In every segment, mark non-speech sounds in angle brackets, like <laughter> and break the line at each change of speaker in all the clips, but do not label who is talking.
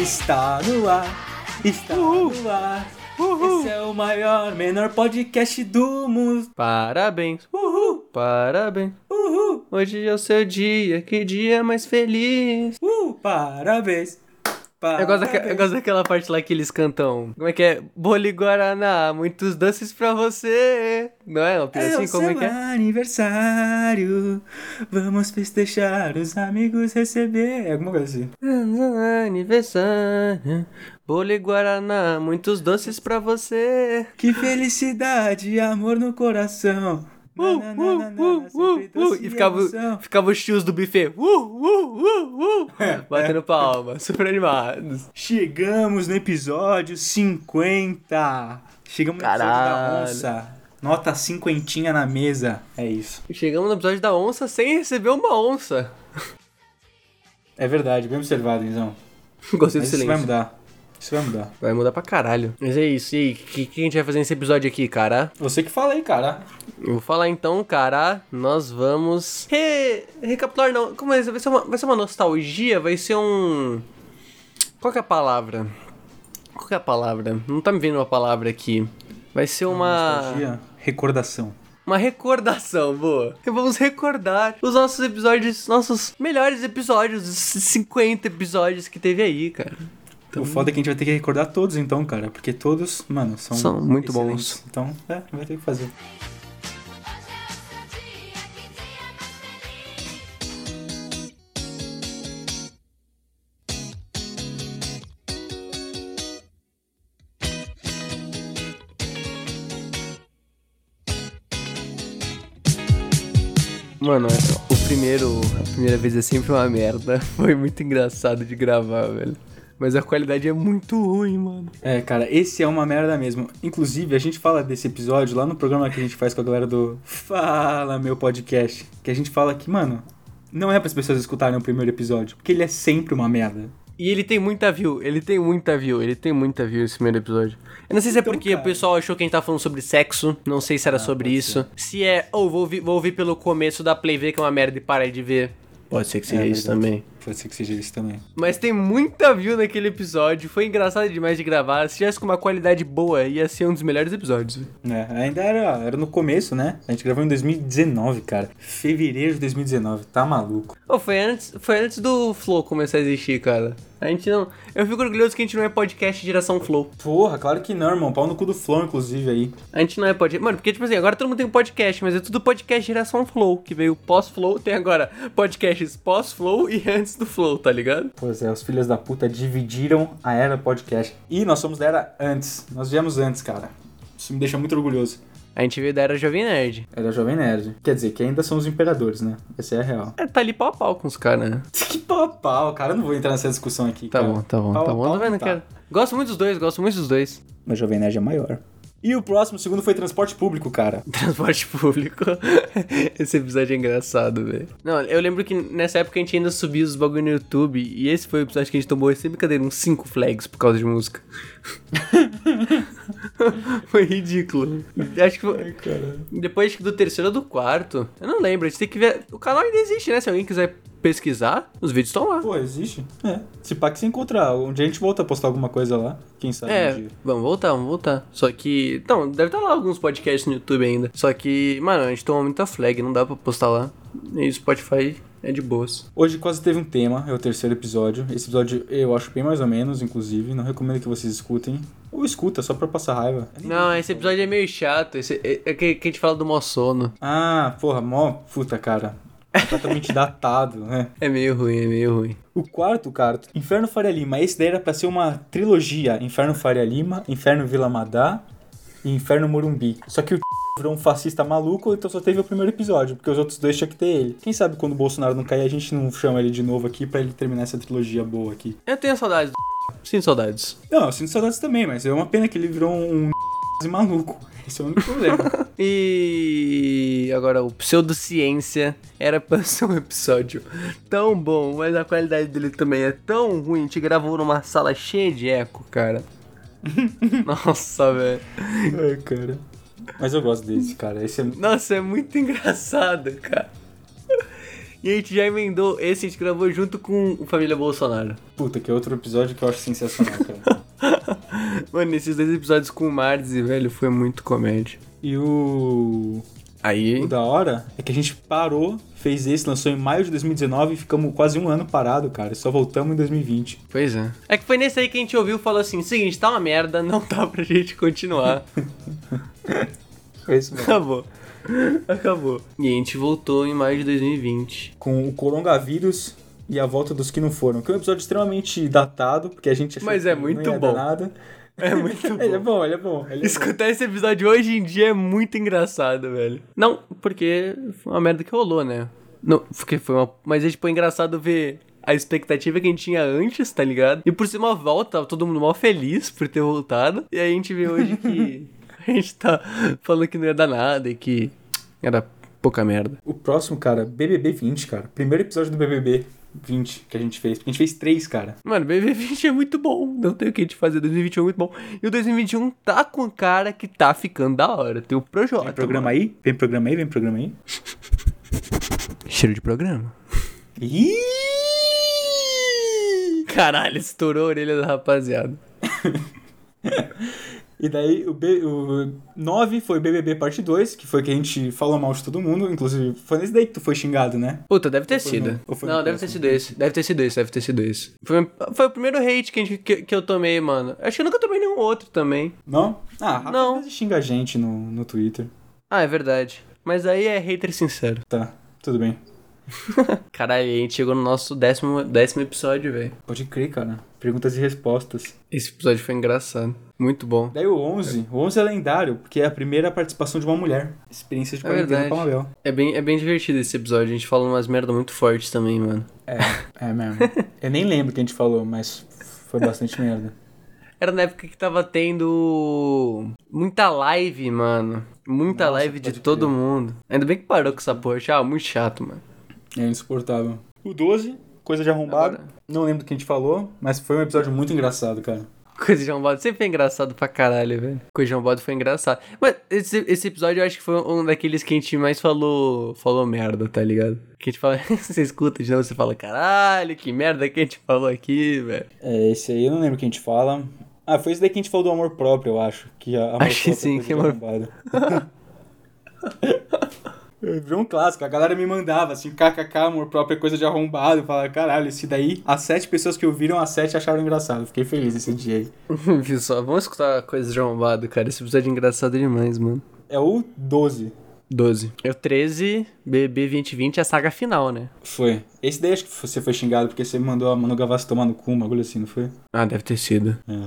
Está no ar, está no ar. Esse é o maior, menor podcast do mundo.
Parabéns,
Uhul,
parabéns.
uhul,
Hoje é o seu dia, que dia mais feliz.
uhul, parabéns.
Eu gosto, daque-
parabéns.
eu gosto daquela parte lá que eles cantam. Como é que é? Boli Guaraná, muitos doces pra você. Não é? Uma
É
coisa assim,
o
como é
seu
que é?
aniversário, vamos festejar, os amigos receber. É alguma coisa assim.
Aniversário, Boli Guaraná, muitos doces pra você. <laughs>
Que felicidade, amor no coração.
Uh,
Na, na,
uh,
na, na,
uh,
na,
uh,
sempre
uh.
doce
E ficava,
emoção.
ficava os tios do buffet uh, uh,
<laughs>
uh, uh,
É.
batendo palma, super animados.
Chegamos no episódio 50. Chegamos no
Caralho.
episódio da onça. Nota cinquentinha na mesa. É isso.
Chegamos no episódio da onça sem receber uma onça.
É verdade, bem observado, Inzão.
<laughs> Gostei do
Mas isso
silêncio.
vai mudar. É Isso vai mudar.
Vai mudar pra caralho. Mas é isso, e aí, o que, que a gente vai fazer nesse episódio aqui, cara?
Você que fala aí, cara.
Eu vou falar então, cara, nós vamos. Re... Recapitular, não. Como é? isso? Vai ser, uma, vai ser uma nostalgia? Vai ser um. Qual que é a palavra? Qual que é a palavra? Não tá me vindo uma palavra aqui. Vai ser uma.
Nostalgia, recordação.
Uma recordação, boa. E vamos recordar os nossos episódios, nossos melhores episódios, os 50 episódios que teve aí, cara. Então
O foda é que a gente vai ter que recordar todos, então, cara. Porque todos, mano, são.
São muito
excelentes. Então, é, vai ter que fazer.
Hoje é o seu dia, que dia mais feliz.
Mano, o primeiro, a primeira vez é sempre uma merda. <laughs> Foi muito engraçado de gravar, velho. Mas a qualidade é muito ruim, mano.
É, cara, esse é uma merda mesmo. Inclusive, a gente fala desse episódio lá no programa que a gente faz com a galera do Fala Meu Podcast. Que a gente fala que, mano, não é para as pessoas escutarem o primeiro episódio, porque ele é sempre uma merda.
E ele tem muita view, ele tem muita view, ele tem muita view esse primeiro episódio. Eu não sei se é
Então,
porque
cara.
o pessoal achou que a gente tava falando sobre sexo, não sei se era sobre isso. Se é, ou vou ouvir, vou ouvir pelo começo da play ver que é uma merda e parar de ver. Pode ser que seja
É
isso
verdade.
também.
Pode ser que seja isso também.
Mas tem muita view naquele episódio, foi engraçado demais de gravar. Se tivesse com uma qualidade boa, ia ser um dos melhores episódios.
É, ainda era, era no começo, né? A gente gravou em 2019, cara. Fevereiro de 2019, tá maluco.
Ô, foi, antes, foi antes do Flow começar a existir, cara. A gente não. Eu fico orgulhoso que a gente não é podcast geração Flow.
Porra, claro que não, irmão. Pau no cu do Flow, inclusive, aí.
A gente não é podcast. Mano, porque, tipo assim, agora todo mundo tem um podcast, mas é tudo podcast geração Flow, que veio pós-Flow. Tem agora podcasts pós-Flow e antes do Flow, tá ligado?
Pois é, os filhos da puta dividiram a era podcast. E nós somos da era antes. Nós viemos antes, cara. Isso me deixa muito orgulhoso.
A gente veio da era Jovem Nerd.
Era Jovem Nerd. Quer dizer, que ainda são os imperadores, né? Essa é a real.
É, tá ali pau a pau com os caras, né?
<laughs> Que pau, a pau, cara. Eu não vou entrar nessa discussão aqui.
Tá
cara.
bom, tá bom,
É. Pau a
tá bom.
pau
Não, não
tá.
quero. Gosto muito dos dois, gosto muito dos dois.
Mas Jovem Nerd é maior. E o próximo, o segundo, foi transporte público, cara.
Transporte <laughs> público. esse episódio é engraçado, velho. Não, eu lembro que nessa época a gente ainda subia os bagulho no YouTube. E esse foi o episódio que a gente tomou, sem brincadeira, uns 5 flags por causa de música. <laughs> foi ridículo. Acho que foi.
Cara.
Depois acho que do terceiro ou do quarto. Eu não lembro, a gente tem que ver. O canal ainda existe, né? Se alguém quiser pesquisar, os vídeos estão lá.
Pô, existe? É. Se pá que se encontrar, um dia a gente volta a postar alguma coisa lá. Quem sabe um
É,
dia.
vamos voltar, vamos voltar. Só que. Não, deve estar lá alguns podcasts no YouTube ainda. Só que, mano, a gente toma muita flag, não dá pra postar lá. E Spotify é de boas.
Hoje quase teve um tema, é o terceiro episódio. Esse episódio eu acho bem mais ou menos, inclusive. Não recomendo que vocês escutem. Ou escuta, só pra passar raiva.
Não, esse episódio é meio chato. Esse, é, é que, que a gente fala do Mossono.
Ah, porra, mó puta, cara. Completamente <laughs> datado, né?
É meio ruim, é meio ruim.
O quarto, cara, Inferno Faria Lima. Esse daí era pra ser uma trilogia. Inferno Faria Lima, Inferno Vila Madá e Inferno Morumbi. Só que o <laughs> virou um fascista maluco, então só teve o primeiro episódio, porque os outros dois tinha que ter ele. Quem sabe quando o Bolsonaro não cair, a gente não chama ele de novo aqui pra ele terminar essa trilogia boa aqui.
Eu tenho saudades do. <laughs> Sinto saudades.
Não, eu sinto saudades também, mas é uma pena que ele virou um <laughs> maluco. Esse é o único problema.
E agora o pseudociência era pra <laughs> ser um episódio tão bom, mas a qualidade dele também é tão ruim. A gente gravou numa sala cheia de eco, <laughs> cara. Nossa, velho.
<laughs> Ai, cara.
<laughs>
Mas eu gosto desse, cara. Esse é muito.
Nossa, é muito engraçado, cara. E a gente já emendou esse, a gente gravou junto com o Família Bolsonaro.
Puta, que é outro episódio que eu acho sensacional, cara.
Mano, esses dois episódios com o Marzi, velho, foi muito comédia.
E o...
Aí.
o da hora é que a gente parou, fez esse, lançou em maio de 2019 e ficamos quase um ano parado, cara. E só voltamos em 2020.
Pois é. É que foi nesse aí que a gente ouviu e falou assim: seguinte, tá uma merda, não dá pra gente <laughs> continuar.
É isso mesmo.
Acabou. Acabou. E a gente voltou em maio de 2020.
Com o coronavírus e a volta dos que não foram. Que é um episódio extremamente datado, porque a gente achou
Mas é
que
muito
não ia
bom.
Dar nada.
É muito bom.
Ele é bom, ele é bom. Ele é bom.
Escutar esse episódio hoje em dia é muito engraçado, velho. Não, porque foi uma merda que rolou, né? Não, porque foi uma. Mas é tipo engraçado ver a expectativa que a gente tinha antes, tá ligado? E por cima volta, todo mundo mal feliz por ter voltado. E aí a gente vê hoje que <laughs> a gente tá falando que não ia dar nada e que era pouca merda.
O próximo, cara, BBB 20, cara. Primeiro episódio do BBB 20 que a gente fez. Porque a gente fez três, cara.
Mano, BB20 é muito bom, não tem o que a gente fazer. 2021 é muito bom. E o 2021 tá com cara que tá ficando da hora. Tem o Projota.
Vem programa aí? Vem programa aí? Vem programa aí?
mano. Cheiro de programa.
Ih!
Caralho, estourou a orelha da rapaziada.
E daí o, B, o 9 foi BBB parte 2, que foi que a gente falou mal de todo mundo. Inclusive, foi nesse daí que tu foi xingado, né?
Puta, deve ter
foi
sido.
no- ou foi no
Não, deve ter
próximo?
sido esse. Deve ter sido esse, deve ter sido esse. Foi, foi o primeiro hate que, a gente- que, que eu tomei, mano. Acho que eu nunca tomei nenhum outro também.
Não? Ah, Rafa
Não.
às vezes xinga a gente no, no Twitter.
Ah, é verdade. Mas aí é hater sincero.
Tá, tudo bem.
Caralho, a gente chegou no nosso décimo, décimo episódio, velho.
Pode crer, cara. Perguntas e respostas.
Esse episódio foi engraçado. Muito bom.
Daí o 11. O 11 é lendário, porque é a primeira participação de uma mulher. Experiência de
É
quarentena
verdade.
com a Mabel.
É bem, é bem divertido esse episódio. A gente fala umas merda muito fortes também, mano.
É, é mesmo. Eu nem lembro o que a gente falou, mas foi bastante merda.
Era na época que tava tendo muita live, mano. Muita
Nossa,
live de
pode
todo
crer.
mundo. Ainda bem que parou com essa porra. Ah, muito chato, mano. <laughs>
É insuportável. O 12, coisa de arrombado.
Agora.
Não lembro do que a gente falou, mas foi um episódio muito engraçado, cara.
Coisa de Jombado sempre foi engraçado pra caralho, velho. Coisa de Jombado foi engraçado. Mas esse, esse episódio eu acho que foi um daqueles que a gente mais falou. Falou merda, tá ligado? Que a gente fala. <laughs> você escuta de novo, você fala, caralho, que merda que a gente falou aqui, velho. <laughs>
É, esse aí eu não lembro o que a gente fala. Ah, foi esse daí que a gente falou do amor próprio, eu acho. Que a amor
Acho que
próprio é
sim,
coisa
que
de
amor-
arrombado. <laughs> Virou um clássico, a galera me mandava assim, kkk, amor próprio é coisa de arrombado. Eu falava, caralho, esse daí, as sete pessoas que ouviram, as sete acharam engraçado. Fiquei feliz esse dia aí.
Viu só? Vamos escutar Coisa de Jombado, cara. Esse episódio é engraçado demais, mano.
É o 12.
12. É o 13, BB 2020, a saga final, né?
Foi. Esse daí acho que você foi xingado porque você mandou a Manu Gavassi tomar no cu, um bagulho assim, não foi?
Ah, deve ter sido.
É.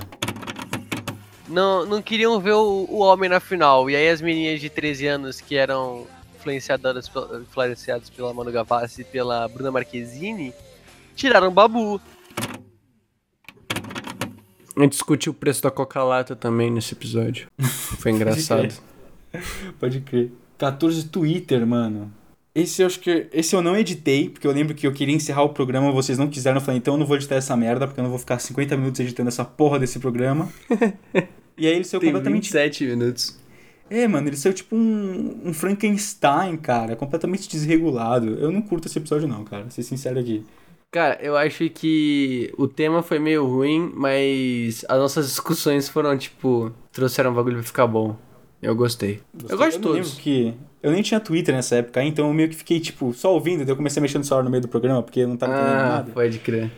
não, não queriam ver o, o homem na final. E aí as meninas de 13 anos que eram influenciadoras, pe- influenciadas pela Manu Gavassi e pela Bruna Marquezine tiraram o Babu.
A gente discutiu o preço da Coca-Lata também nesse episódio. <laughs> Foi engraçado.
Pode crer. 14 Twitter, mano. Esse eu acho que. Esse eu não editei, porque eu lembro que eu queria encerrar o programa, vocês não quiseram. Eu falei, então eu não vou editar essa merda, porque eu não vou ficar 50 minutos editando essa porra desse programa.
<laughs>
e aí ele saiu
Tem
completamente.
27 minutos.
É, mano, ele saiu tipo um, um Frankenstein, cara. Completamente desregulado. Eu não curto esse episódio, não, cara. Ser sincero aqui.
Cara, eu acho que o tema foi meio ruim, mas as nossas discussões foram, tipo, trouxeram um bagulho pra ficar bom. Eu gostei. Eu gosto de
não
todos.
lembro que eu nem tinha Twitter nessa época, então eu meio que fiquei, tipo, só ouvindo, daí eu comecei a mexer no celular no meio do programa, porque eu não tava entendendo
Ah,
nada.
pode crer. Hoje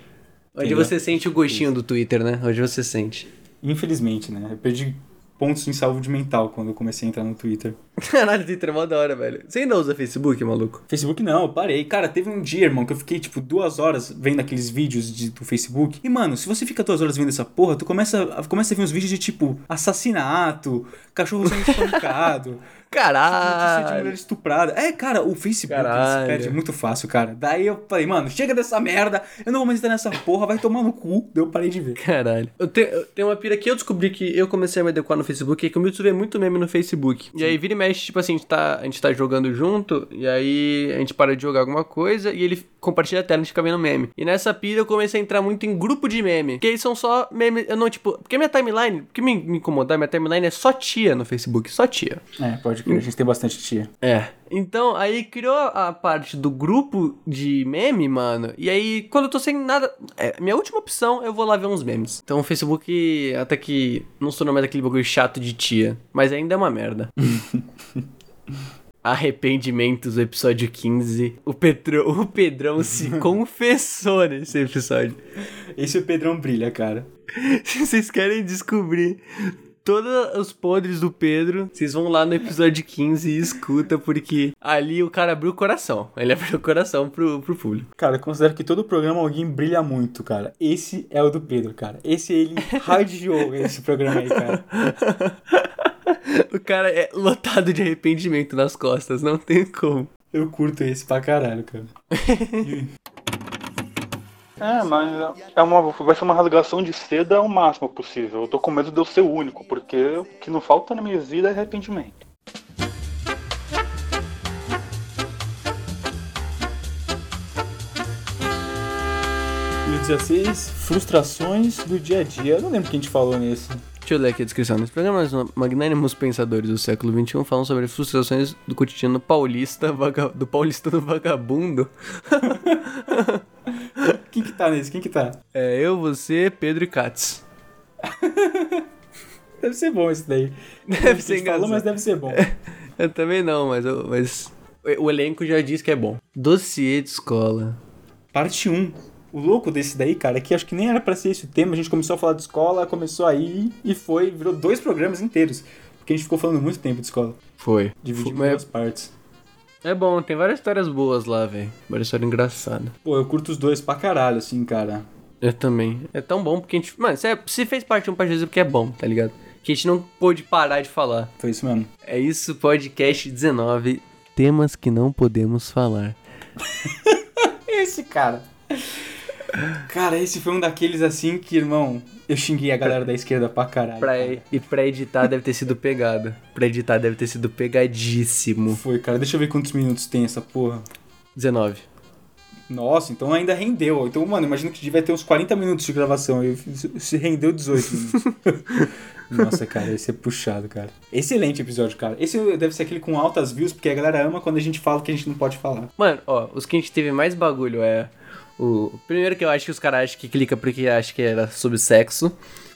Tá Entendeu?
você sente o gostinho do Twitter, né? Hoje você sente.
Infelizmente, né? Eu perdi pontos em saúde mental quando eu comecei a entrar no Twitter.
<laughs> Caralho, o Twitter é mó da hora, velho. Você ainda usa Facebook, maluco?
Facebook não, eu parei. Cara, teve um dia, irmão, que eu fiquei, tipo, duas horas vendo aqueles vídeos de- do Facebook. E, mano, se você fica duas horas vendo essa porra, tu começa, a- começa a ver uns vídeos de, tipo, assassinato, cachorro sendo espancado, notícia de mulher
Caralho.
estuprada. É, cara, o Facebook ele se
Caralho.
perde muito fácil, cara. Daí eu falei, mano, chega dessa merda, eu não vou mais entrar nessa porra, vai tomar no cu. Daí eu parei de ver.
Caralho. Eu tenho, eu tenho uma pira que eu descobri que eu comecei a me adequar no Facebook, é que eu me vê muito meme no Facebook. E aí vira e mexe, tipo assim, a gente, tá, a gente tá jogando junto, e aí a gente para de jogar alguma coisa, e ele compartilha a tela e a gente fica vendo meme. E nessa pira eu comecei a entrar muito em grupo de meme. Que aí são só memes, eu não, tipo, porque minha timeline, o que me, me incomodar, minha timeline é só tia no Facebook, só tia.
É, pode crer, a gente tem bastante tia.
É. Então, aí criou a parte do grupo de meme, mano. E aí, quando eu tô sem nada. é, minha última opção, eu vou lá ver uns memes. Então, o Facebook até que não sou mais daquele bagulho chato de tia. Mas ainda é uma merda. Arrependimentos, episódio 15. O, Petro, o Pedrão se <laughs> confessou nesse episódio.
Esse o Pedrão brilha, cara.
Se <laughs> vocês querem descobrir todos os podres do Pedro, vocês vão lá no episódio 15 e escuta, porque ali o cara abriu o coração. Ele abriu o coração pro, pro público.
Cara, eu considero que todo programa alguém brilha muito, cara. Esse é o do Pedro, cara. Esse é ele radiou esse programa aí, cara.
O cara é lotado de arrependimento nas costas, não tem como.
Eu curto esse pra caralho, cara.
<laughs> É, mas é uma, vai ser uma rasgação de seda ao máximo possível. Eu tô com medo de eu ser o único, porque o que não falta na minha vida é arrependimento.
Número 16, frustrações do dia a dia. Eu não lembro quem a gente falou nesse.
Deixa eu ler aqui a descrição. Nos programas magnânimos pensadores do século XXI falam sobre frustrações do cotidiano paulista, vaga- do paulistano vagabundo.
Quem que tá nesse? Quem que tá?
É eu, você, Pedro e Katz.
Deve ser bom esse daí.
Deve
A
ser
gente falou,
engraçado.
mas deve ser bom.
<laughs> Eu também não, mas, eu- mas o elenco já diz que é bom. Dossiê de escola.
Parte 1. O louco desse daí, cara, é que acho que nem era pra ser esse o tema. A gente começou a falar de escola, começou aí e foi, virou dois programas inteiros. Porque a gente ficou falando muito tempo de escola.
Foi.
Dividindo em
Mas-
duas partes.
É bom, tem várias histórias boas lá, velho. Várias histórias engraçadas.
Pô, eu curto os dois pra caralho, assim, cara.
Eu também. É tão bom porque a gente. Mano, se, se fez parte 1 parte 2 é porque é bom, tá ligado? Que a gente não pôde parar de falar.
Foi isso mesmo.
É isso, podcast 19. Temas que não podemos falar.
Esse cara. Cara, esse foi um daqueles assim que, irmão, eu xinguei a galera da esquerda pra caralho.
Pra,
cara.
e pra editar deve ter sido pegado. Pra editar deve ter sido pegadíssimo.
Foi, cara. Deixa eu ver quantos minutos tem essa porra.
19.
Nossa, então ainda rendeu. Então, mano, imagino que devia ter uns 40 minutos de gravação. E se rendeu 18 minutos. <laughs> Nossa, cara, esse é puxado, cara. Excelente episódio, cara. Esse deve ser aquele com altas views, porque a galera ama quando a gente fala o que a gente não pode falar.
Mano, ó, os que a gente teve mais bagulho é. O o primeiro que eu acho que os caras acham que clica porque acha que era sobre sexo,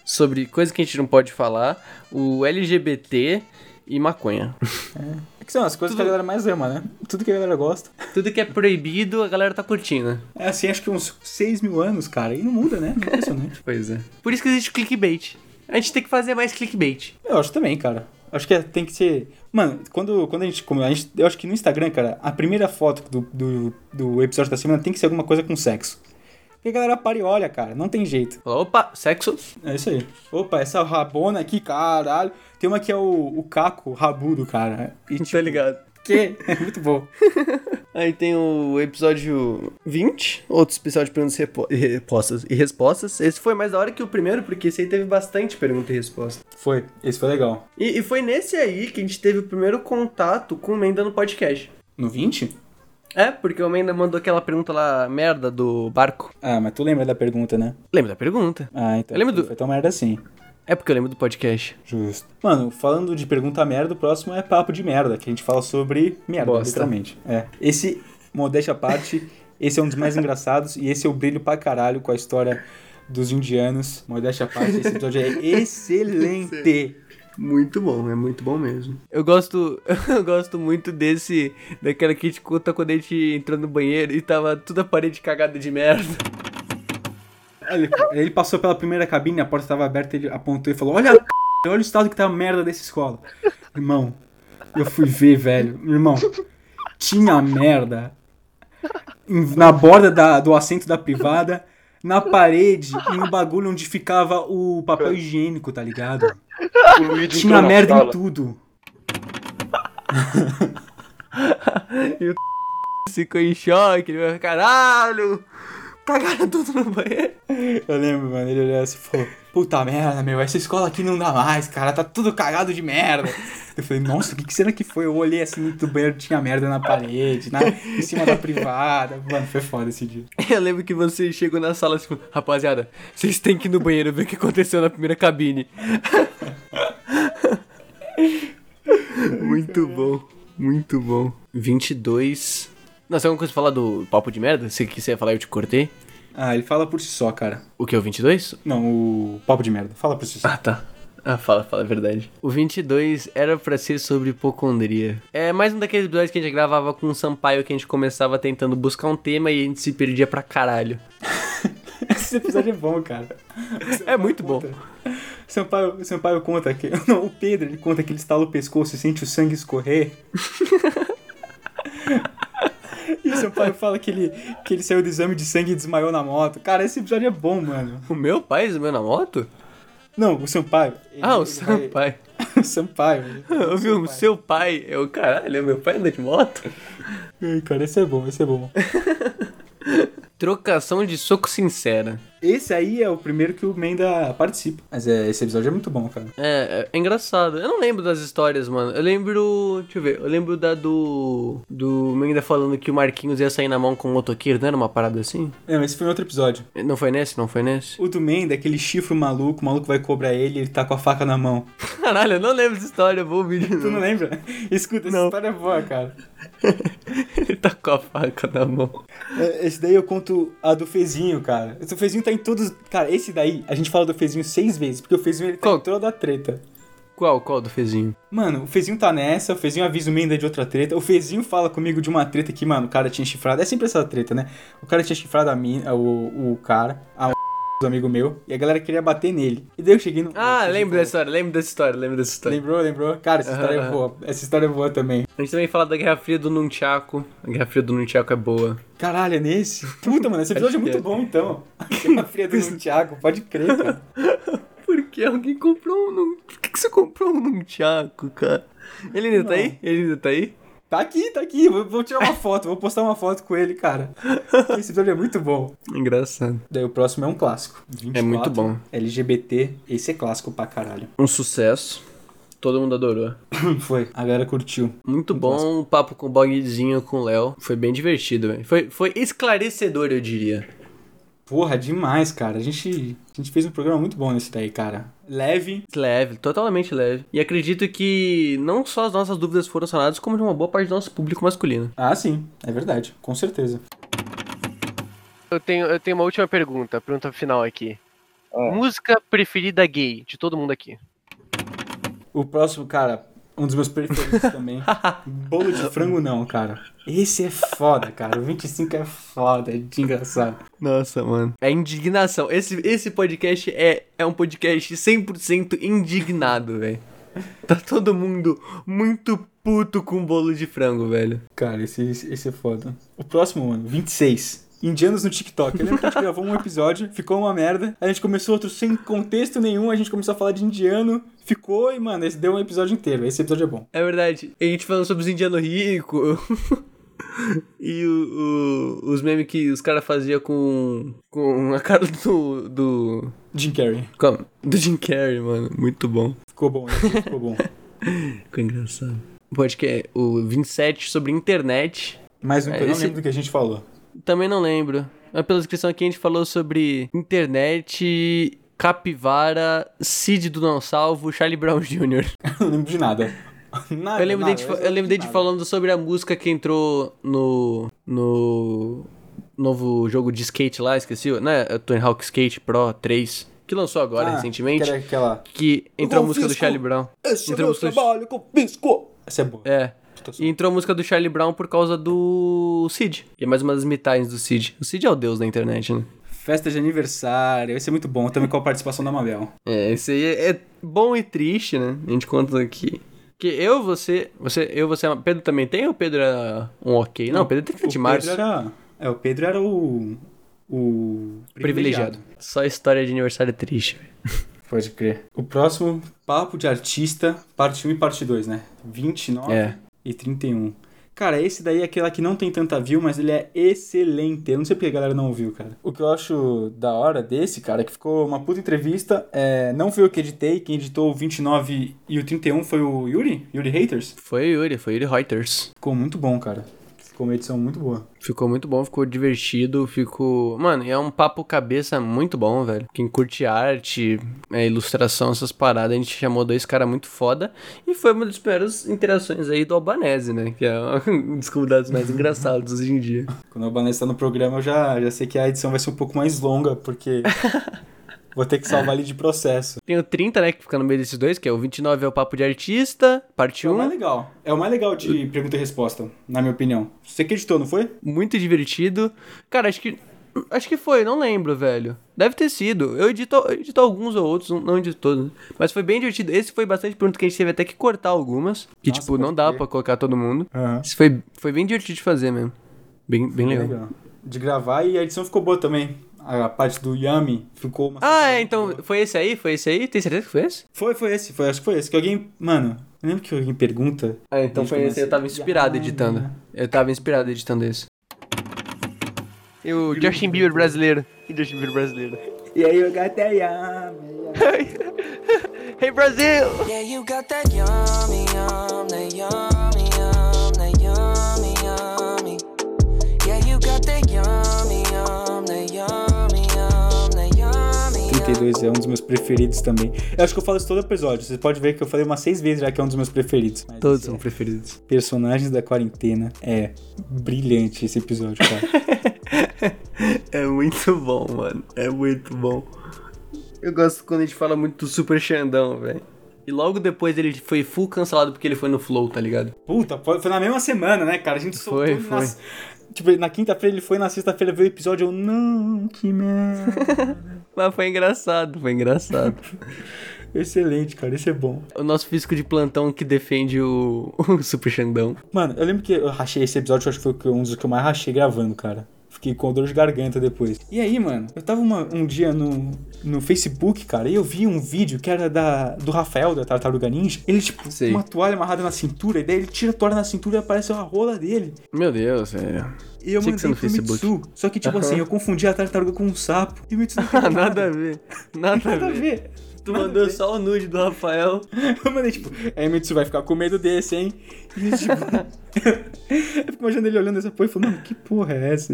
sobre coisa que a gente não pode falar, o LGBT e <laughs> maconha.
É que são as coisas que a galera mais ama, né? Tudo que a galera gosta.
Tudo que é proibido, a galera tá curtindo.
É assim, acho que uns 6 mil anos, cara. E não muda, né? Impressionante.
Pois é. Por isso que existe clickbait. A gente tem que fazer mais clickbait.
Eu acho também, cara. Acho que é- tem que ser. Mano, quando, quando a, gente, como a gente. Eu acho que no Instagram, cara, a primeira foto do, do, do episódio da semana tem que ser alguma coisa com sexo. Porque a galera para e olha, cara. Não tem jeito.
Fala, opa, sexo.
É isso aí. Opa, essa rabona aqui, caralho. Tem uma que é o, o caco rabudo, cara. E tipo,
<laughs> Tá ligado?
que? <laughs> É muito bom.
Aí tem o episódio 20, outro especial de perguntas e repo- e respostas. E respostas. Esse foi mais da hora que o primeiro, porque esse aí teve bastante pergunta e resposta.
Foi. Esse foi legal.
E, e foi nesse aí que a gente teve o primeiro contato com o Menda no podcast.
No 20?
É, porque o Menda mandou aquela pergunta lá, merda, do barco.
Ah, mas tu lembra da pergunta, né?
Lembra da pergunta?
Ah, então.
Eu lembro
então
do-
Foi tão merda assim.
É porque eu lembro do podcast.
Justo. Mano, falando de pergunta merda, o próximo é papo de merda, que a gente fala sobre merda,
Bosta.
literalmente. É. Esse, modéstia à parte, esse é um dos mais engraçados e esse eu brilho pra caralho com a história dos indianos. Modéstia à parte, esse episódio <laughs> é excelente.
Muito bom, é muito bom mesmo. Eu gosto, <laughs> eu gosto muito desse, daquela que a gente conta quando a gente entrou no banheiro e tava toda a parede cagada de merda. <laughs>
Ele, ele passou pela primeira cabine, a porta estava aberta, ele apontou e falou: Olha, a c****, olha o estado que tá a merda dessa escola. Irmão, eu fui ver, velho. Irmão, tinha merda em- na borda da- do assento da privada, na parede e no bagulho onde ficava o papel higiênico, tá ligado?
O Luigi
Tinha
entrou na
merda em
sala.
tudo.
ficou em choque, ele vai, caralho, cagaram tudo no banheiro.
Eu lembro, mano, ele olhou assim e falou: Puta merda, meu, essa escola aqui não dá mais, cara, tá tudo cagado de merda. Eu falei, nossa, o que, que será que foi? Eu olhei assim do banheiro, tinha merda na parede, na, em cima da privada. Mano, foi foda esse dia.
<laughs> Eu lembro que você chegou na sala assim, rapaziada, vocês têm que ir no banheiro ver o que aconteceu na primeira cabine. <laughs> Muito bom. Muito bom. 22. Nossa, tem alguma coisa pra falar do papo de merda? Se quiser falar, eu te cortei.
Ah, ele fala por si só, cara.
O que é o 22?
Não, o papo de merda. Fala por si só. <laughs>
Ah, tá. Ah, fala, fala, é verdade. O 22 era pra ser sobre hipocondria. É mais um daqueles episódios que a gente gravava com o Sampaio que a gente começava tentando buscar um tema e a gente se perdia pra caralho.
Esse episódio é bom, cara.
É muito bom.
Sampaio, Sampaio conta que. <laughs> Não, o Pedro ele conta que ele estala o pescoço e sente o sangue
<laughs>
escorrer. e o Sampaio fala que ele, que ele saiu do exame de sangue e desmaiou na moto. Cara, esse episódio é bom, mano.
O meu pai meu na moto?
Não, o Sampaio. ele-
Ah, o
ele vai-
Sampaio.
<laughs> o Sampaio.
Eu vi o seu pai. Eu, caralho, é meu pai anda de moto?
Ai, Cara, esse é bom, esse é bom.
Trocação de soco sincera.
Esse aí é o primeiro que o Menda participa. Mas é, esse episódio é muito bom, cara.
É, é, é engraçado. Eu não lembro das histórias, mano. Eu lembro. Deixa eu ver. Eu lembro da do. Do Menda falando que o Marquinhos ia sair na mão com o motoqueiro, não era uma parada assim?
Não, esse foi em outro episódio.
Não foi nesse? Não foi nesse? <laughs>
O do Menda, é aquele chifre maluco, o maluco vai cobrar ele ele tá com a faca na mão.
Caralho, eu não lembro dessa história. Eu vou ouvir de
Tu não
novo. <laughs>
lembra? <laughs> Escuta, essa
Não.
história é boa, cara.
Ele tá com a faca na mão.
É, Esse daí eu conto a do Fezinho, cara. Esse- O Fezinho tá em todos. Cara, esse daí, a gente fala do Fezinho seis vezes, porque o Fezinho ele tá
Qual?
em toda a treta.
Qual? Qual do Fezinho?
Mano, o Fezinho tá nessa, o Fezinho avisa o Menda de outra treta, o Fezinho fala comigo de uma treta que, mano, o cara tinha chifrado. É sempre essa treta, né? O cara tinha chifrado a mim, o, o cara, a do amigo meu, e a galera queria bater nele. E daí eu cheguei no. o Fezinho
Ah,
tá
lembro
falou-
dessa história, lembro dessa história, lembro dessa história.
Lembrou, lembrou? Cara, essa
Aham,
história é
aham.
boa. Essa história é boa também.
A gente também fala da Guerra Fria do Nunchaku. A Guerra Fria do Nunchaku é boa.
Caralho, é nesse? Puta, mano, esse episódio é
Acho que
muito
é.
bom, então. <laughs> Aquela fria do Thiago, pode crer, cara.
Por que alguém comprou um Nun... Por que, que você comprou um Nunchaku, cara? Ele ainda tá aí? Ele ainda tá aí?
Tá aqui, tá aqui. Vou, vou tirar uma foto, vou postar uma foto com ele, cara. Esse episódio é muito bom.
Engraçado.
Daí o próximo é um clássico. 24,
É muito bom.
LGBT, esse é clássico pra caralho. <laughs>
Um sucesso. Todo mundo adorou.
Foi, a galera curtiu.
Muito bom o papo com o Bogzinho, com o Léo. Foi bem divertido, velho. Foi, foi esclarecedor, eu diria.
Porra, demais, cara. A gente, a gente fez um programa muito bom nesse daí, cara. Leve.
Leve, totalmente leve. E acredito que não só as nossas dúvidas foram sanadas, como de uma boa parte do nosso público masculino.
Ah, sim, é verdade, com certeza.
Eu tenho, eu tenho uma última pergunta, pergunta final aqui.
Ah.
Música preferida gay de todo mundo aqui.
O próximo, cara, um dos meus
<laughs>
preferidos também. Bolo de frango não, cara. Esse é foda, cara. O 25 é foda, é de engraçado.
Nossa, mano. É indignação. Esse, esse podcast é, é um podcast 100% indignado, velho. Tá todo mundo muito puto com um bolo de frango, velho.
Cara, esse, esse é foda. O próximo, mano, 26. Indianos no TikTok. Eu lembro
<laughs>
que a gente gravou um episódio, ficou uma merda. A gente começou outro sem contexto nenhum, a gente começou a falar de indiano, ficou e, mano, esse deu um episódio inteiro. Esse episódio é bom.
É verdade. A gente falando sobre os indianos ricos. <laughs> e o- o- os memes que os caras faziam com, com a cara do. Do,
Jim Carrey.
como? do Jim Carrey, mano. Muito bom.
Ficou bom, esse ficou
<laughs>
bom.
Ficou engraçado. Pode que é o 27 sobre internet.
Mais um que eu não
É, Esse-
lembro do que a gente falou. <laughs>
Também não lembro. Mas pela descrição aqui a gente falou sobre internet, capivara, Cid do Não Salvo, Charlie Brown <laughs> Jr.
Não lembro de nada. Nada,
Eu lembro
nada,
de,
esse
eu lembro
de
de
nada.
falando sobre a música que entrou no. no. novo jogo de skate lá, esqueci, né? Tony Hawk Skate Pro 3, que lançou agora
Ah,
recentemente.
Que era aquela...
Que entrou
Confisco.
a música do Charlie Brown.
Esse
Entrou a música do-
confisco. Essa é boa.
É.
Puta som.
E entrou a música do Charlie Brown por causa do Cid. E é mais uma das mitagens do Cid. O Cid é o deus da internet, né?
Festa de aniversário, esse é muito bom, também com a participação da Mabel.
É, isso aí é, é bom e triste, né? A gente conta aqui. Que eu, você, você, eu, você, Pedro também tem ou Pedro era um ok? Não, Pedro tem 30 de
O
março.
Pedro era, é, o Pedro era o, o
privilegiado. Só história de aniversário triste. velho.
Pode crer. O próximo, Papo de Artista, parte 1 e parte 2, né? 29
É.
e 31. Cara, esse daí é aquela que não tem tanta view, mas ele é excelente. Eu não sei porque a galera não ouviu, cara. O que eu acho da hora desse, cara, é que ficou uma puta entrevista. É, não foi eu que editei, quem editou o 29 e o 31 foi o Yuri, Yuri Haters.
Foi o Yuri, foi o Yuri Reuters.
Ficou muito bom, cara. Ficou uma edição muito boa.
Ficou muito bom, ficou divertido, ficou. Mano, e é um papo cabeça muito bom, velho. Quem curte arte, é, ilustração, essas paradas, a gente chamou dois caras muito foda. E foi uma das primeiras interações aí do Albanese, né? Que é <laughs> um dos convidados mais engraçados hoje em dia.
Quando o Albanese tá no programa, eu já, já sei que a edição vai ser um pouco mais longa,
<laughs>
porque vou ter que salvar ele de processo.
Tem o 30, né? Que fica no meio desses dois, que é o 29 é o papo de artista, parte
É o
1.
mais legal. É o mais legal de pergunta e resposta, na minha opinião. Você que editou, não foi?
muito divertido. Cara, acho que. Acho que foi, não lembro, velho. Deve ter sido. Eu edito, eu edito alguns ou outros, não- não edito todos. né? Mas foi bem divertido. Esse foi bastante pergunta que a gente teve até que cortar algumas. Que,
Nossa,
tipo, não
pode
dá
crer.
pra colocar todo mundo.
Aham.
Esse foi, foi bem divertido de fazer mesmo. Bem, bem legal.
De gravar e a edição ficou boa também. A parte do Yami ficou uma.
Ah, é, então foi esse aí? Foi esse aí? Tem certeza que foi esse?
Foi, foi esse, foi, acho que foi esse. Que alguém. Mano, eu lembro que alguém pergunta.
Ah, então
Desde
foi
que
esse. Eu
nasci.
tava inspirado editando. Eu tava inspirado editando esse.
E o Justin Bieber brasileiro. E Justin Bieber brasileiro.
E aí eu até Yami.
Hey Brasil!
Yeah, you got that yummy, yum, that yummy, yum, that yummy, yummy. Yeah, you got that yummy, yum, that yummy, yum, that yummy.
32 é um dos meus preferidos também. Eu acho que eu falo isso todo episódio. Você pode ver que eu falei umas seis vezes já que é um dos meus preferidos. Mas
Todos
esse
são
é
preferidos.
Personagens da quarentena. É brilhante esse episódio, cara.
É muito bom, mano. É muito bom. Eu gosto quando a gente fala muito do Super Xandão, velho. E logo depois ele foi full cancelado porque ele foi no Flow, tá ligado?
<laughs> Puta, foi foi na mesma semana, né, cara? A gente soltou
Foi,
ele
foi.
nas- Tipo, na quinta-feira ele foi, na sexta-feira veio o episódio. Eu, não, que merda.
<laughs> Mas foi engraçado, foi engraçado.
Excelente, cara, esse é bom.
<laughs> o nosso físico de plantão que defende o, <laughs> o Super Xandão.
Mano, eu lembro que eu rachei esse episódio, eu acho que foi o que- um dos que eu mais rachei gravando, cara. Fiquei com dor de garganta depois. E aí, mano, eu tava uma- um dia no, no Facebook, cara, e eu vi um vídeo que era da, do Rafael, da Tartaruga Ninja. Ele, tipo,
Sei.
uma toalha amarrada na cintura, e daí ele tira a toalha na cintura e aparece uma rola dele.
Meu Deus, <laughs> é.
E eu
Sei que
mandei
você
pro
no Facebook.
Mitsu. Só que, tipo assim, eu confundi a tartaruga com um sapo. E o Mitsu
<laughs>
não entendeu
Ah, nada a ver. Nada,
Nada a
ver.
ver.
Tu
nada a
mandou
ver.
só o nude do Rafael.
Eu mandei, tipo, é, Mitsu vai ficar com medo desse, hein? E, tipo, <laughs> eu fico imaginando ele olhando essa porra e falando, mano, que porra é essa?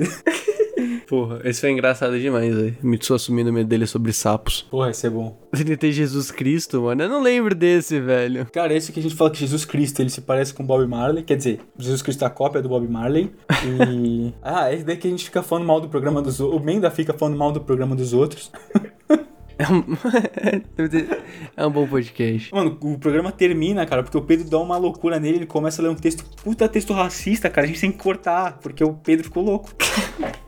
Porra, esse foi engraçado demais, velho. Mitsu assumindo o medo dele sobre sapos. <laughs>
Porra, isso é bom.
Ele tem Jesus Cristo, mano. Eu não lembro desse, velho.
Cara, é isso que a gente fala que Jesus Cristo, ele se parece com Bob Marley, quer dizer, Jesus Cristo é a cópia do Bob Marley. E. <laughs> ah, é daí que a gente fica falando mal do programa dos outros. O Menda fica falando mal do programa dos outros.
É um, <laughs> é um bom podcast.
Mano, o programa termina, cara, porque o Pedro dá uma loucura nele, ele começa a ler um texto, puta texto racista, cara, a gente tem que cortar, porque o Pedro ficou louco.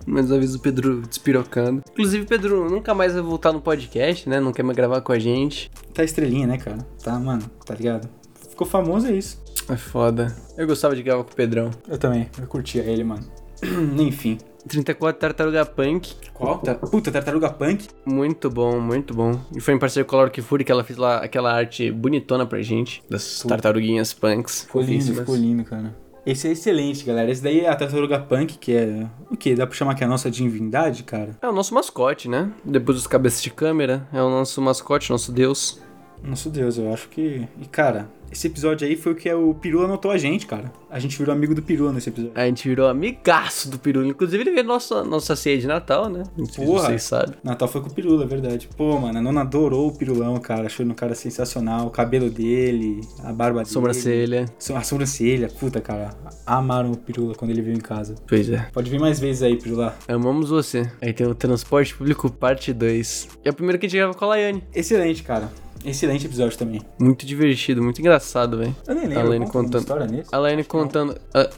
Mais uma vez o Pedro despirocando. Inclusive, Pedro nunca mais vai voltar no podcast, né? Não quer mais gravar com a gente.
Tá estrelinha, né, cara? Tá, mano, tá ligado? Ficou famoso, é isso.
É foda. Eu gostava de gravar com o Pedrão.
Eu também, eu curtia ele, mano. <clears throat> Enfim.
34 Tartaruga Punk. Tá.
Qual? Puta, Tartaruga Punk.
Muito bom, muito bom. E foi em parceria com a Laura Kifuri que ela fez lá aquela arte bonitona pra gente. Das
Puta.
tartaruguinhas punks.
Ficou lindo,
fofíssimas.
ficou lindo, cara. Esse é excelente, galera. Esse daí é a Tartaruga Punk, que é. O quê? Dá pra chamar que é a nossa divindade, cara?
É o nosso mascote, né? Depois dos cabeças de câmera. É o nosso mascote, nosso deus.
Nosso Deus, eu acho que. E, cara, esse episódio aí foi o que é o Pirula anotou a gente, cara. A gente virou amigo do Pirula nesse episódio.
A gente virou amigaço do Pirulho. Inclusive, ele veio nossa, nossa ceia de Natal, né? Não sei se
Porra.
Vocês sabem.
Natal foi com o Pirula, é verdade. Pô, mano, a nona adorou o Pirulão, cara. Achou ele um cara sensacional. O cabelo dele, a barba dele.
Sobrancelha.
A sobrancelha, puta, cara. Amaram o Pirula quando ele veio em casa.
Pois é.
Pode vir mais vezes aí, Pirula.
Amamos você. Aí tem o Transporte Público Parte 2. E é o primeiro que a gente grava com a Laiane.
Excelente, cara. Excelente episódio também.
Muito divertido, muito engraçado, velho.
Eu nem
A
lembro.
Laiane
conta uma
contando-
história nesse?
A Laiane contando. a-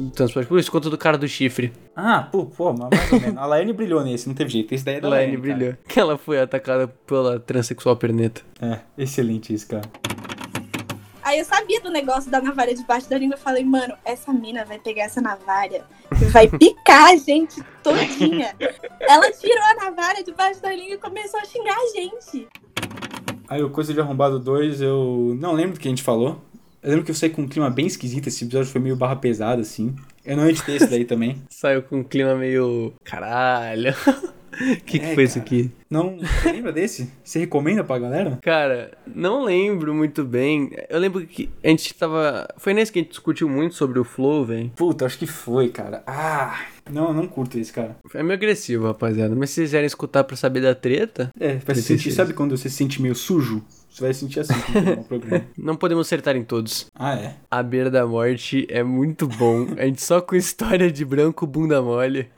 o Transporte Público conta do cara do chifre.
Ah, pô, pô, mas mais ou menos. A Laine brilhou nesse, não teve jeito. Esse daí é da
A Laiane
Laine, cara.
brilhou. Que ela foi atacada pela transexual perneta.
É, excelente isso, cara.
Aí eu sabia do negócio da navalha debaixo da língua. Eu falei, mano, essa mina vai pegar essa navalha e vai picar a gente todinha. Ela tirou a navalha debaixo da língua e começou a xingar a gente.
Aí o Coisa de Arrombado 2, eu não lembro do que a gente falou. Eu lembro que eu saí com um clima bem esquisito, esse episódio foi meio barra pesada, assim. Eu não editei esse daí também.
Saiu com um clima meio. Caralho. <laughs> O que, que
É,
foi isso
cara.
aqui?
Não, você lembra desse? Você recomenda pra galera?
Cara, não lembro muito bem. Eu lembro que a gente tava. Foi nesse que a gente discutiu muito sobre o Flow, velho.
Puta, acho que foi, cara. Ah, não, não curto esse, cara.
É meio agressivo, rapaziada. Mas se vocês quiserem escutar pra saber da treta,
É, vai se
Desse
sentir,
jeito.
sabe quando você se sente meio sujo? Você vai sentir assim quando terminar o programa.
não podemos acertar em todos.
<laughs> Ah, é.
A beira da morte é muito bom. A gente só com história de branco, bunda mole.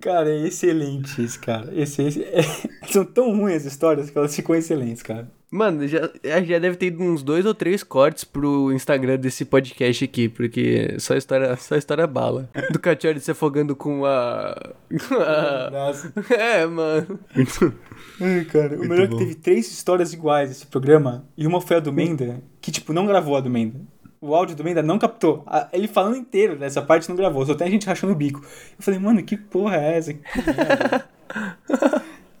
Cara, é excelente esse, cara. Esse, esse- <laughs> é- São tão ruins as histórias que elas ficam excelentes, cara.
Mano, já, é, já deve ter ido uns dois ou três cortes pro Instagram desse podcast aqui, porque só história, só história bala. Do Cachorro se afogando com a. <laughs> com
Um
a-
Nossa.
É, mano.
Ai, cara, o melhor é que
bom.
teve três histórias iguais esse programa, e uma foi a do Menda, que, tipo, não gravou a do Menda. O áudio do Menda não captou. A- Ele falando inteiro dessa parte não gravou, só tem a gente rachando o bico. Eu falei, mano, que porra é essa? Que merda.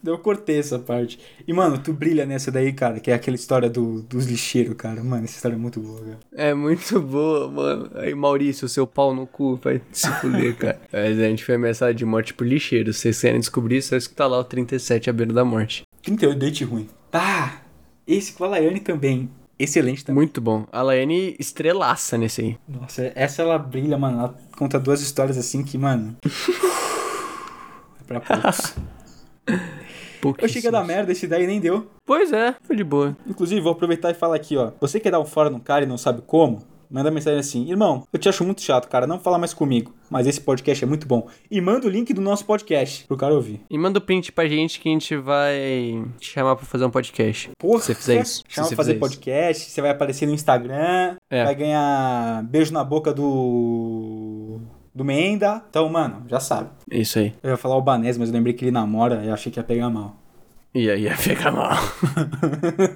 <laughs> Daí Eu cortei essa parte. E, mano, tu brilha nessa daí, cara, que é aquela história do, dos lixeiros, cara. Mano, essa história é muito boa, cara.
É muito boa, mano. Aí, Maurício, seu pau no cu vai se
<laughs>
fuder, cara. Mas a gente foi ameaçado de morte por lixeiro. Se vocês querem descobrir, só escutar lá o 37 à beira da morte.
38 date ruim. Pá! Esse com a Laiane também. Excelente também.
Muito bom. A Laene estrelaça nesse aí.
Nossa, essa ela brilha, mano. Ela conta duas histórias assim que, mano. é pra
<laughs>
poucos. Eu cheguei a dar
Pouquíssimos.
merda, esse daí nem deu.
Pois é, foi de boa.
Inclusive, vou aproveitar e falar aqui, ó. Você quer dar um fora num cara e não sabe como? Manda mensagem assim, irmão, eu te acho muito chato, cara, não fala mais comigo, mas esse podcast é muito bom. E manda o link do nosso podcast pro cara ouvir.
E manda o print pra gente que a gente vai te chamar pra fazer um podcast.
Porra,
Se você fizer isso, se
Chama
você
pra fazer
fizer isso.
podcast, você vai aparecer no Instagram,
É.
vai ganhar beijo na boca do. do Menda. Então, mano, já sabe.
É Isso aí.
Eu ia falar albanês, mas eu lembrei que ele namora e achei que ia pegar mal.
E aí ia ficar mal.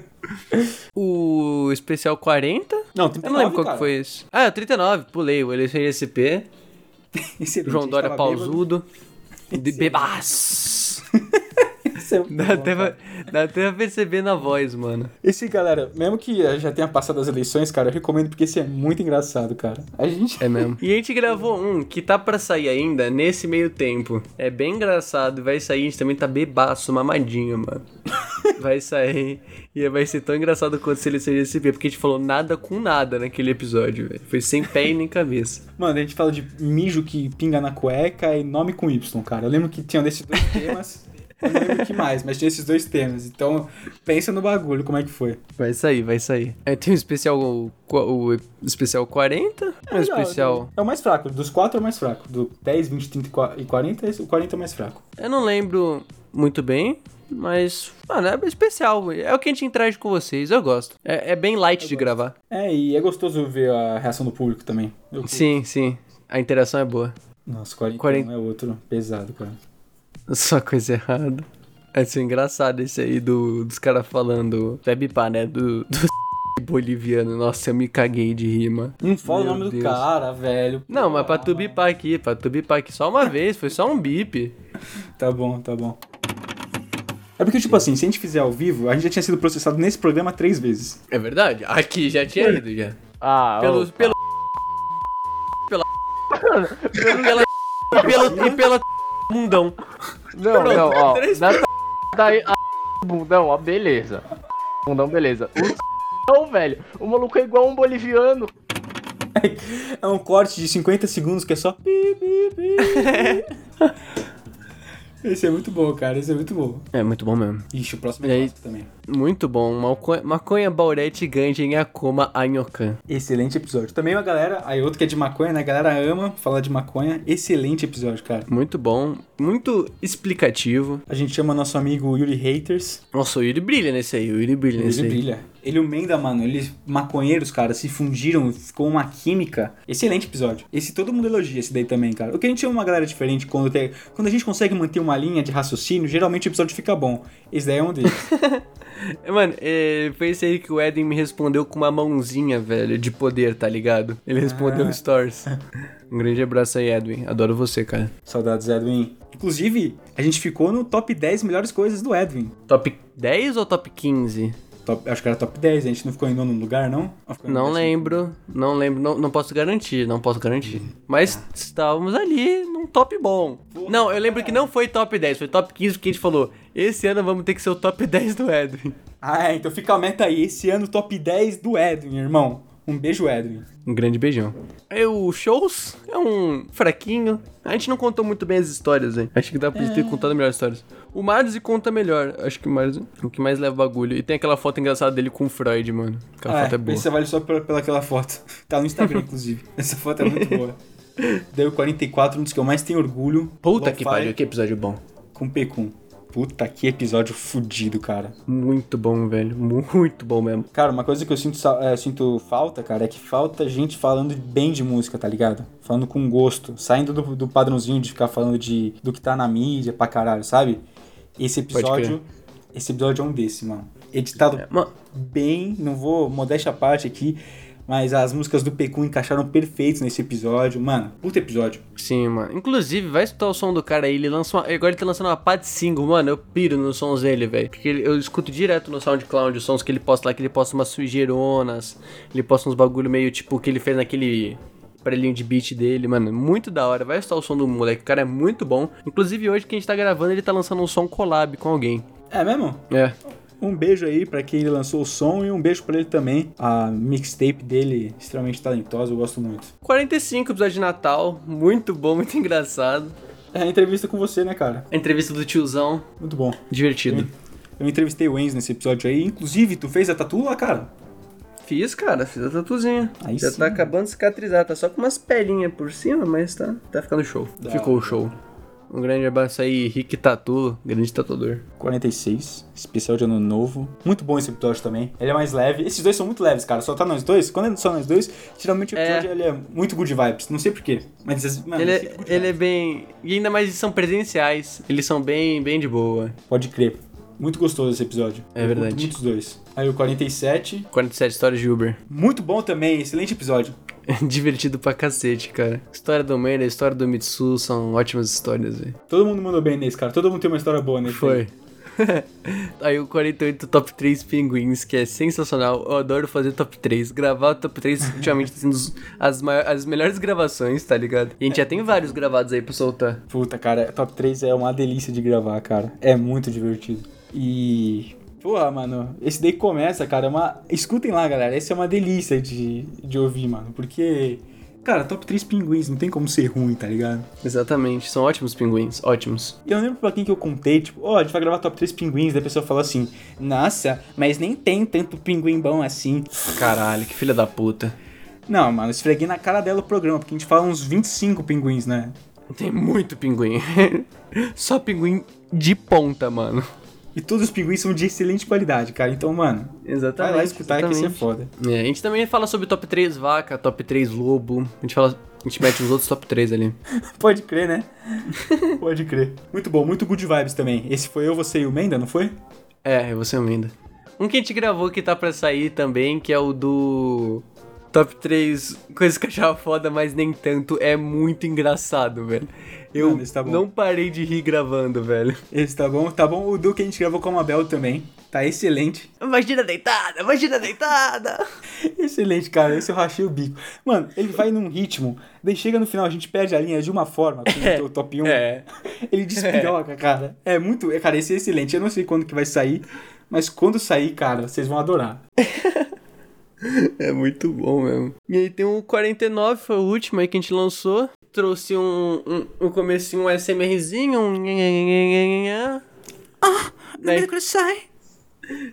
<laughs> o especial 40?
Não,
Eu <laughs> não lembro qual
É cara. <laughs>
que foi esse. Ah, é o 39, pulei. O Eleição SP.
Excelente, a
João
gente
Dória
tava
pausudo. De bebás.
bêbado. Isso
<laughs>
é muito
Dá
bom,
até,
cara.
pra, dá até pra perceber na voz, mano.
Esse, galera, mesmo que eh, já tenha passado as eleições, cara, eu recomendo porque esse é muito engraçado, cara. A gente.
É mesmo. E a gente gravou um que tá pra sair ainda nesse meio tempo. É bem engraçado. Vai sair, a gente também tá bebaço, mamadinho, <laughs> mano. Vai sair. E vai ser tão engraçado quanto se ele seria esse porque a gente falou nada com nada naquele episódio, velho. Foi sem pé e nem cabeça.
Mano, a gente fala de mijo que pinga na cueca e nome com Y, cara. Eu lembro que tinham desses dois
<laughs>
temas. Eu não lembro que mais, mas tinha esses dois temas. Então, pensa no bagulho, como é que foi.
Vai sair, vai sair. Aí É, tem o especial. O, o especial 40? É, o especial.
É o mais fraco, dos quatro é o mais fraco. Do 10, 20, 30 e qua- e 40, esse- o 40 é o mais fraco.
Eu não lembro muito bem, mas, mano, é especial. É o que a gente interage com vocês, eu gosto. É, é bem light de gravar.
É, e é gostoso ver a reação do público também. Eu-
Sim, sim. A interação é boa. <laughs>
Nossa, 41
Quarenta-
é outro pesado, cara.
Só coisa errada. É assim, engraçado esse aí do, dos caras falando. Bebe pá, né? Do, <laughs> do boliviano. Nossa, eu me caguei de rima.
Não fala
Meu
o nome
Deus.
do cara, velho.
Não, mas pra
Porra.
tu bipar aqui, pra tu bipar aqui só uma vez, foi só um bip.
Tá bom, tá bom. É porque, tipo assim, se a gente fizer ao vivo, a gente já tinha sido processado nesse programa três vezes.
É verdade? Aqui já tinha ido já.
Ah,
Pelo. pelo. Pela. pela. E pela. E pela. Mundão.
Não, não, ó.
Três <laughs>
Na daí, a bundão, ó, beleza. Bundão, beleza. O <laughs> não, velho. O maluco é igual um boliviano.
É um corte de 50 segundos que é só. pi, pi, pi. <laughs> Esse é muito bom, cara. Esse é muito bom.
É muito bom mesmo.
Ixi, o próximo
E aí?
é clássico também.
Muito bom. Malco- Maconha, baurete, ganja, inhacoma, anhocan.
Excelente episódio. Também uma galera. Aí outro que é de maconha, né? A galera ama falar de maconha. Excelente episódio, cara.
Muito bom. Muito explicativo.
A gente chama nosso amigo Yuri Haters.
Nossa, o Yuri brilha nesse aí. O Yuri brilha
Ele
nesse aí.
brilha. Ele e o Menda, mano, eles maconheiros, cara, se fundiram, ficou uma química. Excelente episódio. Esse todo mundo elogia esse daí também, cara. O que a gente chama uma galera diferente quando tem, quando a gente consegue manter uma linha de raciocínio, geralmente o episódio fica bom. Esse daí é um deles.
É, Mano, é, foi esse aí que o Eden me respondeu com uma mãozinha, velho, de poder, tá ligado? Ele respondeu no Stories. Um grande abraço aí, Edwin. Adoro você, cara.
<laughs> Saudades, Edwin. Inclusive, a gente ficou no top 10 melhores coisas do Edwin.
Top 10 ou top 15?
Top- acho que era top 10, a gente não ficou em nono lugar, não? Ou ficou em
Não
décimo?
lembro, não lembro, não, não posso garantir, não posso garantir. Mas estávamos ali num top bom. Não, eu lembro que não foi top 10, foi top 15 porque a gente falou, esse ano vamos ter que ser o top <laughs> 10 do Edwin.
Ah, é, então fica a meta aí. Esse ano, top 10 do Edwin, irmão. Um beijo, Edwin.
Um grande beijão. E o Shows é um fraquinho. A gente não contou muito bem as histórias, hein? Acho que dá pra gente ter contado melhor as histórias. O Marzi conta melhor. Acho que o Marzi é o que mais leva bagulho. E tem aquela foto engraçada dele com o Freud, mano. Aquela
ah,
foto é boa.
Esse vale só pela, pela aquela foto. <laughs> Tá no
<laughs>
Instagram, inclusive. Essa foto é muito boa. Daí o 44, um dos que eu mais tenho orgulho.
Puta que
Lo-fi
pariu, que episódio bom.
Com Pecum. Puta que episódio fudido, cara.
Muito bom, velho. Muito bom mesmo.
Cara, uma coisa que eu sinto, sa- eh, sinto falta, cara, é que falta gente falando bem de música, tá ligado? Falando com gosto, saindo do, do padrãozinho de ficar falando de, do que tá na mídia pra caralho, sabe? Esse
Pode crer. É,
episódio. Esse episódio é um desse, mano. Editado
Mano,
bem, não vou modéstia à parte aqui, mas as músicas do Pecum encaixaram perfeitos nesse episódio. Mano, puta episódio.
Sim, mano. Inclusive, vai escutar o som do cara aí. Ele lança uma... Agora ele tá lançando uma pá de single, mano. Eu piro nos sons dele, velho. Porque ele- eu escuto direto no SoundCloud os sons que ele posta lá, que ele posta umas sujeironas. Ele posta uns bagulho meio tipo que ele fez naquele aparelhinho de beat dele, mano. Muito da hora. Vai escutar o som do moleque. O cara é muito bom. Inclusive, hoje que a gente tá gravando, ele tá lançando um som collab com alguém.
É mesmo?
É.
Um beijo aí pra quem lançou o som e um beijo pra ele também. A mixtape dele, extremamente talentosa, eu gosto muito.
45 episódio de Natal. Muito bom, <laughs> muito engraçado.
É a entrevista com você, né, cara?
A entrevista do tiozão.
Muito bom.
Divertido.
Eu entrevistei o Enzo nesse episódio aí. Inclusive, tu fez a tatu lá, cara?
Fiz, cara, fiz a tatuzinha.
Aí
Já
sim.
tá acabando de cicatrizar, tá só com umas pelinhas por cima, mas tá, tá ficando show.
Da
Ficou
hora.
show. Um grande abraço aí, Rick Tatu, grande tatuador.
46, especial de ano novo. Muito bom esse episódio também. Ele é mais leve. Esses dois são muito leves, cara. Só tá nós dois. Quando é só nós dois, geralmente o
É.
episódio ele é muito good vibes. Não sei porquê. Mas, esses- mano,
ele,
é sempre
é,
good
ele é
vibes.
bem. E ainda mais eles são presenciais. Eles são bem, bem de boa.
Pode crer. Muito gostoso esse episódio.
É
Eu curto
verdade.
Muito os dois. Aí o 47.
47 histórias de Uber. <laughs>
Muito bom também. Excelente episódio.
Divertido pra cacete, cara. História do Meira, história do Mitsu são ótimas histórias, velho.
Todo mundo mandou bem nesse, cara. Todo mundo tem uma história boa nesse.
Foi. <laughs> Aí o 48 top 3 pinguins, que é sensacional. Eu adoro fazer top 3. Gravar o top 3 ultimamente tá sendo os- as, mai- as melhores gravações, tá ligado? E a gente já tem vários gravados aí pra soltar.
Puta, cara, top 3 é uma delícia de gravar, cara. É muito divertido. E. Porra, mano, esse daí começa, cara. É uma... Escutem lá, galera. Essa é uma delícia de, de ouvir, mano. Porque. Cara, top 3 pinguins, não tem como ser ruim, tá ligado?
Exatamente, são ótimos pinguins, ótimos.
E eu lembro pra quem que eu contei, tipo, ó, a gente vai gravar top 3 pinguins, daí a pessoa falou assim, nossa, mas nem tem tanto pinguim bom assim.
Caralho, que filha da puta.
Não, mano, esfreguei na cara dela o programa, porque a gente fala uns 25 pinguins, né?
Tem muito pinguim. <laughs> Só pinguim de ponta, mano.
E todos os pinguins são de excelente qualidade, cara. Então, mano,
Exatamente.
vai lá escutar que isso é
exatamente.
foda.
É, a gente também fala sobre top 3 vaca, top 3 lobo. A gente fala. A gente mete os outros top 3 ali.
Pode crer,
<laughs>
né? Pode crer. Muito bom, muito good vibes também. Esse foi eu, você e o Menda, não foi?
É, você ainda. Um que a gente gravou que tá pra sair também, que é o do Top 3 coisas que eu achava foda, mas nem tanto, é muito engraçado, velho. Eu
Mano, esse tá bom.
não parei de rir gravando, velho.
Esse tá bom, tá bom. O do que a gente gravou com a Mabel também. Tá excelente. <laughs>
Imagina deitada, imagina deitada.
Excelente, cara. Esse eu rachei o bico. Mano, ele vai num ritmo, daí chega no final, a gente perde a linha de uma forma, com o top 1.
É.
<laughs> Ele despiroca, cara. É muito. é, Cara, esse é excelente. Eu não sei quando que vai sair, mas quando sair, cara, vocês vão adorar.
<laughs> É muito bom mesmo. E aí tem o 49, foi o último aí que a gente lançou. Trouxe um, um, um comecinho, um SMRzinho, um... Ah, Daí, <laughs>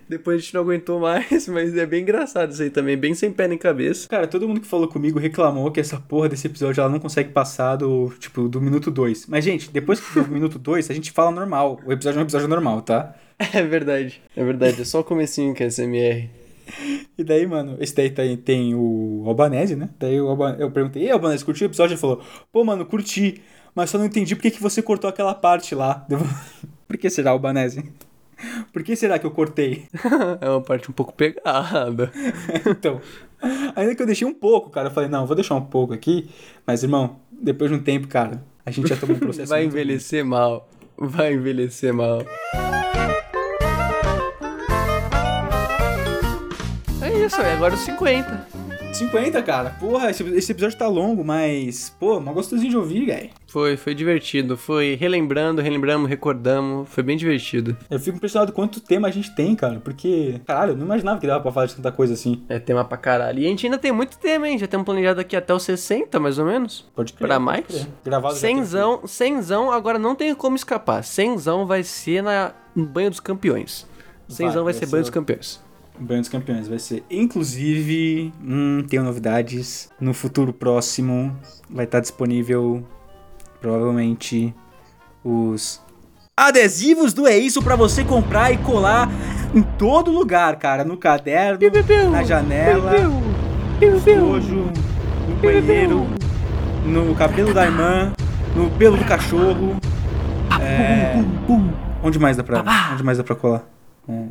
depois a gente não aguentou mais, <laughs> mas é bem engraçado isso aí também, bem sem pé nem cabeça.
Cara, todo mundo que falou comigo reclamou que essa porra desse episódio ela não consegue passar do, tipo, do minuto 2. Mas, gente, depois que do <laughs> minuto 2, a gente fala normal. O episódio é um episódio normal, tá?
<laughs> É verdade, é verdade, é só o comecinho que é SMR.
E daí, mano, esse daí tem, tem o Albanese, né? Daí o Alba- eu perguntei, e aí, Albanese, curtiu o episódio? Ele falou, pô, mano, curti, mas só não entendi por que, que você cortou aquela parte lá. <laughs> Eu falei, por que será, Albanese? Por que será que eu cortei?
<laughs>
<laughs>
é uma parte um pouco pegada.
então, ainda que eu deixei um pouco, cara. Eu falei, não, vou deixar um pouco aqui. Mas, irmão, depois de um tempo, cara, a gente já tomou um processo.
<laughs> Vai
muito grande.
envelhecer mal, vai envelhecer mal. isso, é agora os 50.
50, cara. Porra, esse, esse episódio tá longo, mas, pô, mó gostosinho de ouvir, velho.
Foi, foi divertido. Foi relembrando, relembramos, recordamos. Foi bem divertido.
Eu fico impressionado quanto tema a gente tem, cara, porque, caralho, eu não imaginava que dava pra falar de tanta coisa assim.
É tema pra caralho. E a gente ainda tem muito tema, hein? Já temos planejado aqui até os 60, mais ou menos.
Pode crer.
Pra
pode
mais?
crer. Gravado já tem
Senzão, senzão, agora não tem como escapar. Senzão vai ser na no banho dos campeões. Senzão vai,
vai
ser
ser
banho
o-
dos campeões.
Banho dos Campeões vai ser. Inclusive, hum, tenho novidades. No futuro próximo vai estar disponível, provavelmente, os adesivos do É Isso pra você comprar e colar em todo lugar, cara. No caderno, na janela, no estojo, no banheiro, no cabelo da irmã, no pelo do cachorro. É, Onde mais dá pra, onde mais dá pra colar?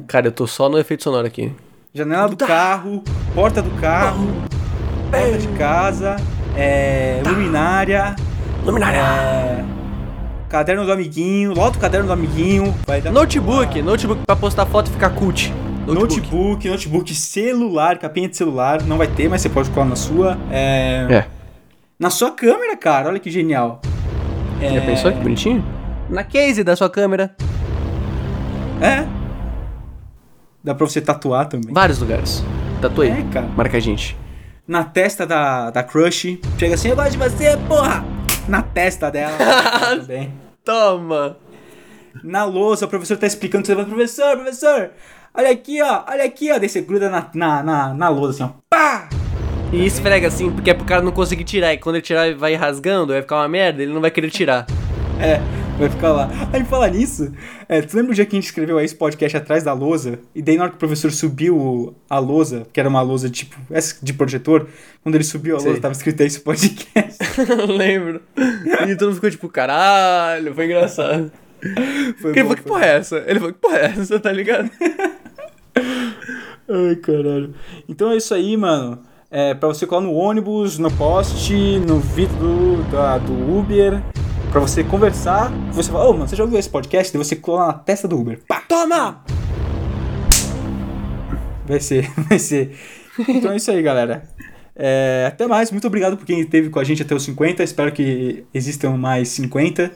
Cara, eu tô só no efeito sonoro aqui.
Janela do carro, porta do carro, porta de casa, é, luminária,
Tá.
é,
Luminária.
caderno do amiguinho, lota o caderno do amiguinho, vai dar
Notebook, notebook pra postar foto e ficar cult. Notebook.
notebook. notebook, celular, capinha de celular, não vai ter, mas você pode colar na sua, é,
É.
na sua câmera, cara, olha que genial.
Já pensou que bonitinho? É. Na case da sua câmera.
É. Dá pra você tatuar também.
Vários lugares. Tatuei.
É, cara.
Marca a gente.
Na testa da, da crush, chega assim, eu gosto de você, porra! Na testa
<laughs>
dela Tá também.
Toma!
na lousa, o professor tá explicando, você levanta, professor, professor, olha aqui, ó, olha aqui, ó. Daí você gruda na, na, na, na lousa, assim, ó, pá!
E esfrega assim, porque é pro cara não conseguir tirar. E quando ele tirar, ele vai rasgando, vai ficar uma merda, ele não vai querer tirar. <laughs>
É, vai ficar lá. Aí falar nisso, é, tu lembra o dia que a gente escreveu aí esse podcast atrás da lousa? E daí na hora que o professor subiu o- a lousa, que era uma lousa tipo, essa de projetor, quando ele subiu a lousa,
Sei.
tava escrito aí esse podcast.
Não lembro. E todo mundo ficou tipo, caralho, foi engraçado.
Foi bom,
ele falou, que
foi
porra é essa? Ele falou, que porra é essa, tá ligado?
Ai, caralho. Então é isso aí, mano. É, pra você colar no ônibus, no poste, no vidro do, da- do Uber. Pra você conversar, você fala, ô, mano, você já ouviu esse podcast? Daí você cola na testa do Uber. Pá!
Toma!
Vai ser, <laughs> vai ser. Então é isso aí, galera. É, até mais. Muito obrigado por quem esteve com a gente até os 50. Espero que existam mais 50.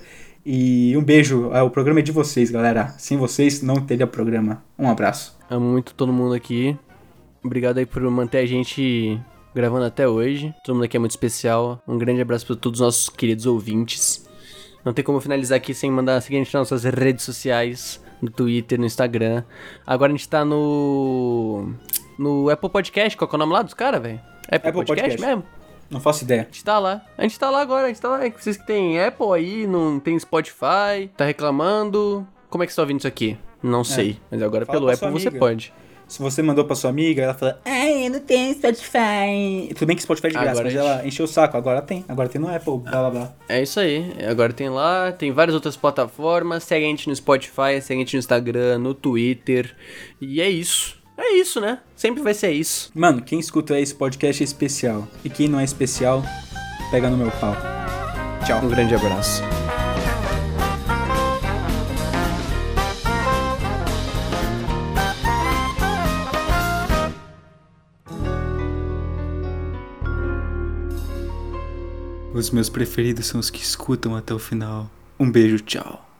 E um beijo. É, O programa é de vocês, galera. Sem vocês, não teria programa. Um abraço.
Amo muito todo mundo aqui. Obrigado aí por manter a gente gravando até hoje. Todo mundo aqui é muito especial. Um grande abraço para todos os nossos queridos ouvintes. Não tem como finalizar aqui sem mandar seguir a gente nas nossas redes sociais, no Twitter, no Instagram. Agora a gente tá no no Apple Podcast, qual que é o nome lá dos caras, velho? Apple,
Apple
Podcast,
Podcast.
mesmo?
Não faço ideia.
A gente tá lá. A gente tá lá agora, a gente tá lá. É que Vocês que tem Apple aí, não tem Spotify, tá reclamando. Como é que você tá ouvindo isso aqui? Não sei, mas agora
É. Fala
pelo
pra
Apple
sua
você
amiga.
pode.
Se você mandou pra sua amiga, ela fala, ai, eu não tenho Spotify. Tudo bem que Spotify é de graça,
Agora
mas
a gente-
ela encheu o saco. Agora tem, agora tem no Apple, blá blá blá.
É isso aí. Agora tem lá, tem várias outras plataformas. Segue a gente no Spotify, segue a gente no Instagram, no Twitter. E é isso. É isso, né? Sempre vai ser isso.
Mano, quem escuta esse podcast é especial. E quem não é especial, pega no meu pau. Tchau.
Um grande abraço.
Os meus preferidos são os que escutam até o final. Um beijo, tchau.